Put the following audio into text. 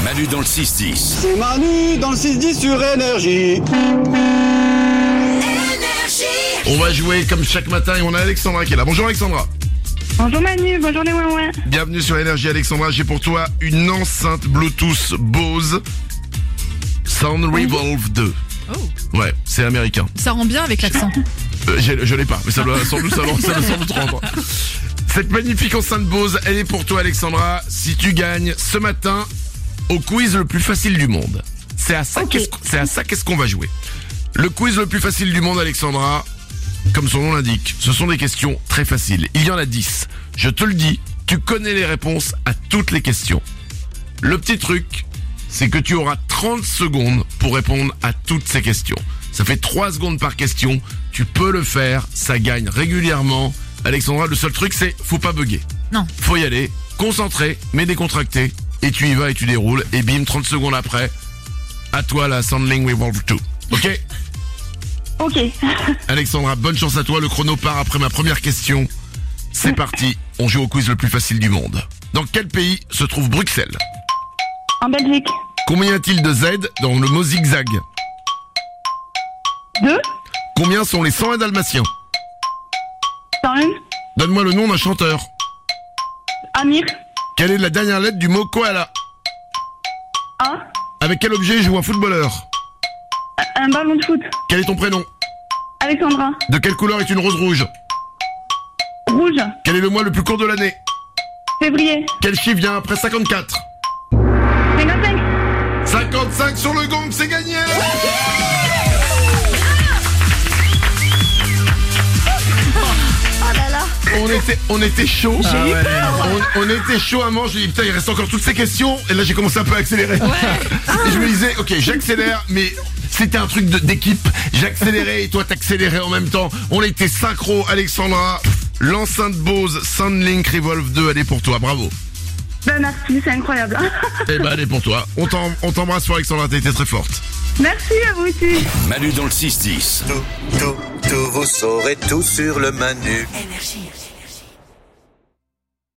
Manu dans le 6-10. C'est Manu dans le 6-10 sur Énergie. On va jouer comme chaque matin et on a Alexandra qui est là. Bonjour Alexandra. Bonjour Manu, bonjour les ouin Bienvenue sur Énergie Alexandra. J'ai pour toi une enceinte Bluetooth Bose Sound Revolve 2. Ouais, c'est américain. Ça rend bien avec l'accent. Euh, j'ai- je l'ai pas, mais ça doit sans doute, ça doit- ça doit sans doute rendre. Cette magnifique enceinte Bose, elle est pour toi Alexandra. Si tu gagnes ce matin au quiz le plus facile du monde. C'est à ça qu'est-ce qu'on- c'est à ça qu'est-ce qu'on va jouer. Le quiz le plus facile du monde Alexandra, comme son nom l'indique, ce sont des questions très faciles. Il y en a 10. Je te le dis, tu connais les réponses à toutes les questions. Le petit truc, c'est que tu auras 30 secondes pour répondre à toutes ces questions. Ça fait 3 secondes par question, tu peux le faire, ça gagne régulièrement. Alexandra, le seul truc c'est faut pas bugger. Non. Faut y aller, concentré, mais décontracté, et tu y vas et tu déroules, et bim, 30 secondes après, à toi la Sandling Revolve 2. Ok Ok, Alexandra, bonne chance à toi. Le chrono part après ma première question. C'est parti. On joue au quiz le plus facile du monde. Dans quel pays se trouve Bruxelles en Belgique. Combien y a-t-il de Z dans le mot zigzag Deux, Combien sont les 101 dalmatiens cent une, Donne-moi le nom d'un chanteur. Amir, Quelle est la dernière lettre du mot koala A, Avec quel objet joue un footballeur un ballon de foot. Quel est ton prénom Alexandra, De quelle couleur est une rose rouge rouge, Quel est le mois le plus court de l'année février, Quel chiffre vient après 54 55. 55 sur le gong, c'est gagné On était, on était chaud. On, on était chaud à manger. J'ai dit, putain, il reste encore toutes ces questions. Et là, j'ai commencé un peu à accélérer. Et je me disais, ok, j'accélère, mais c'était un truc de- d'équipe. J'accélérais et toi, t'accélérais en même temps. On était synchro, Alexandra. L'enceinte Bose Soundlink Revolve 2, elle est pour toi. Bravo. Ben merci, c'est incroyable. Eh ben, elle est pour toi. On t'em- on t'embrasse fort, Alexandra. T'as été très forte. merci à vous aussi. Manu dans le 6-10. Tout, tout, tout, vous saurez tout sur le Manu. Énergie.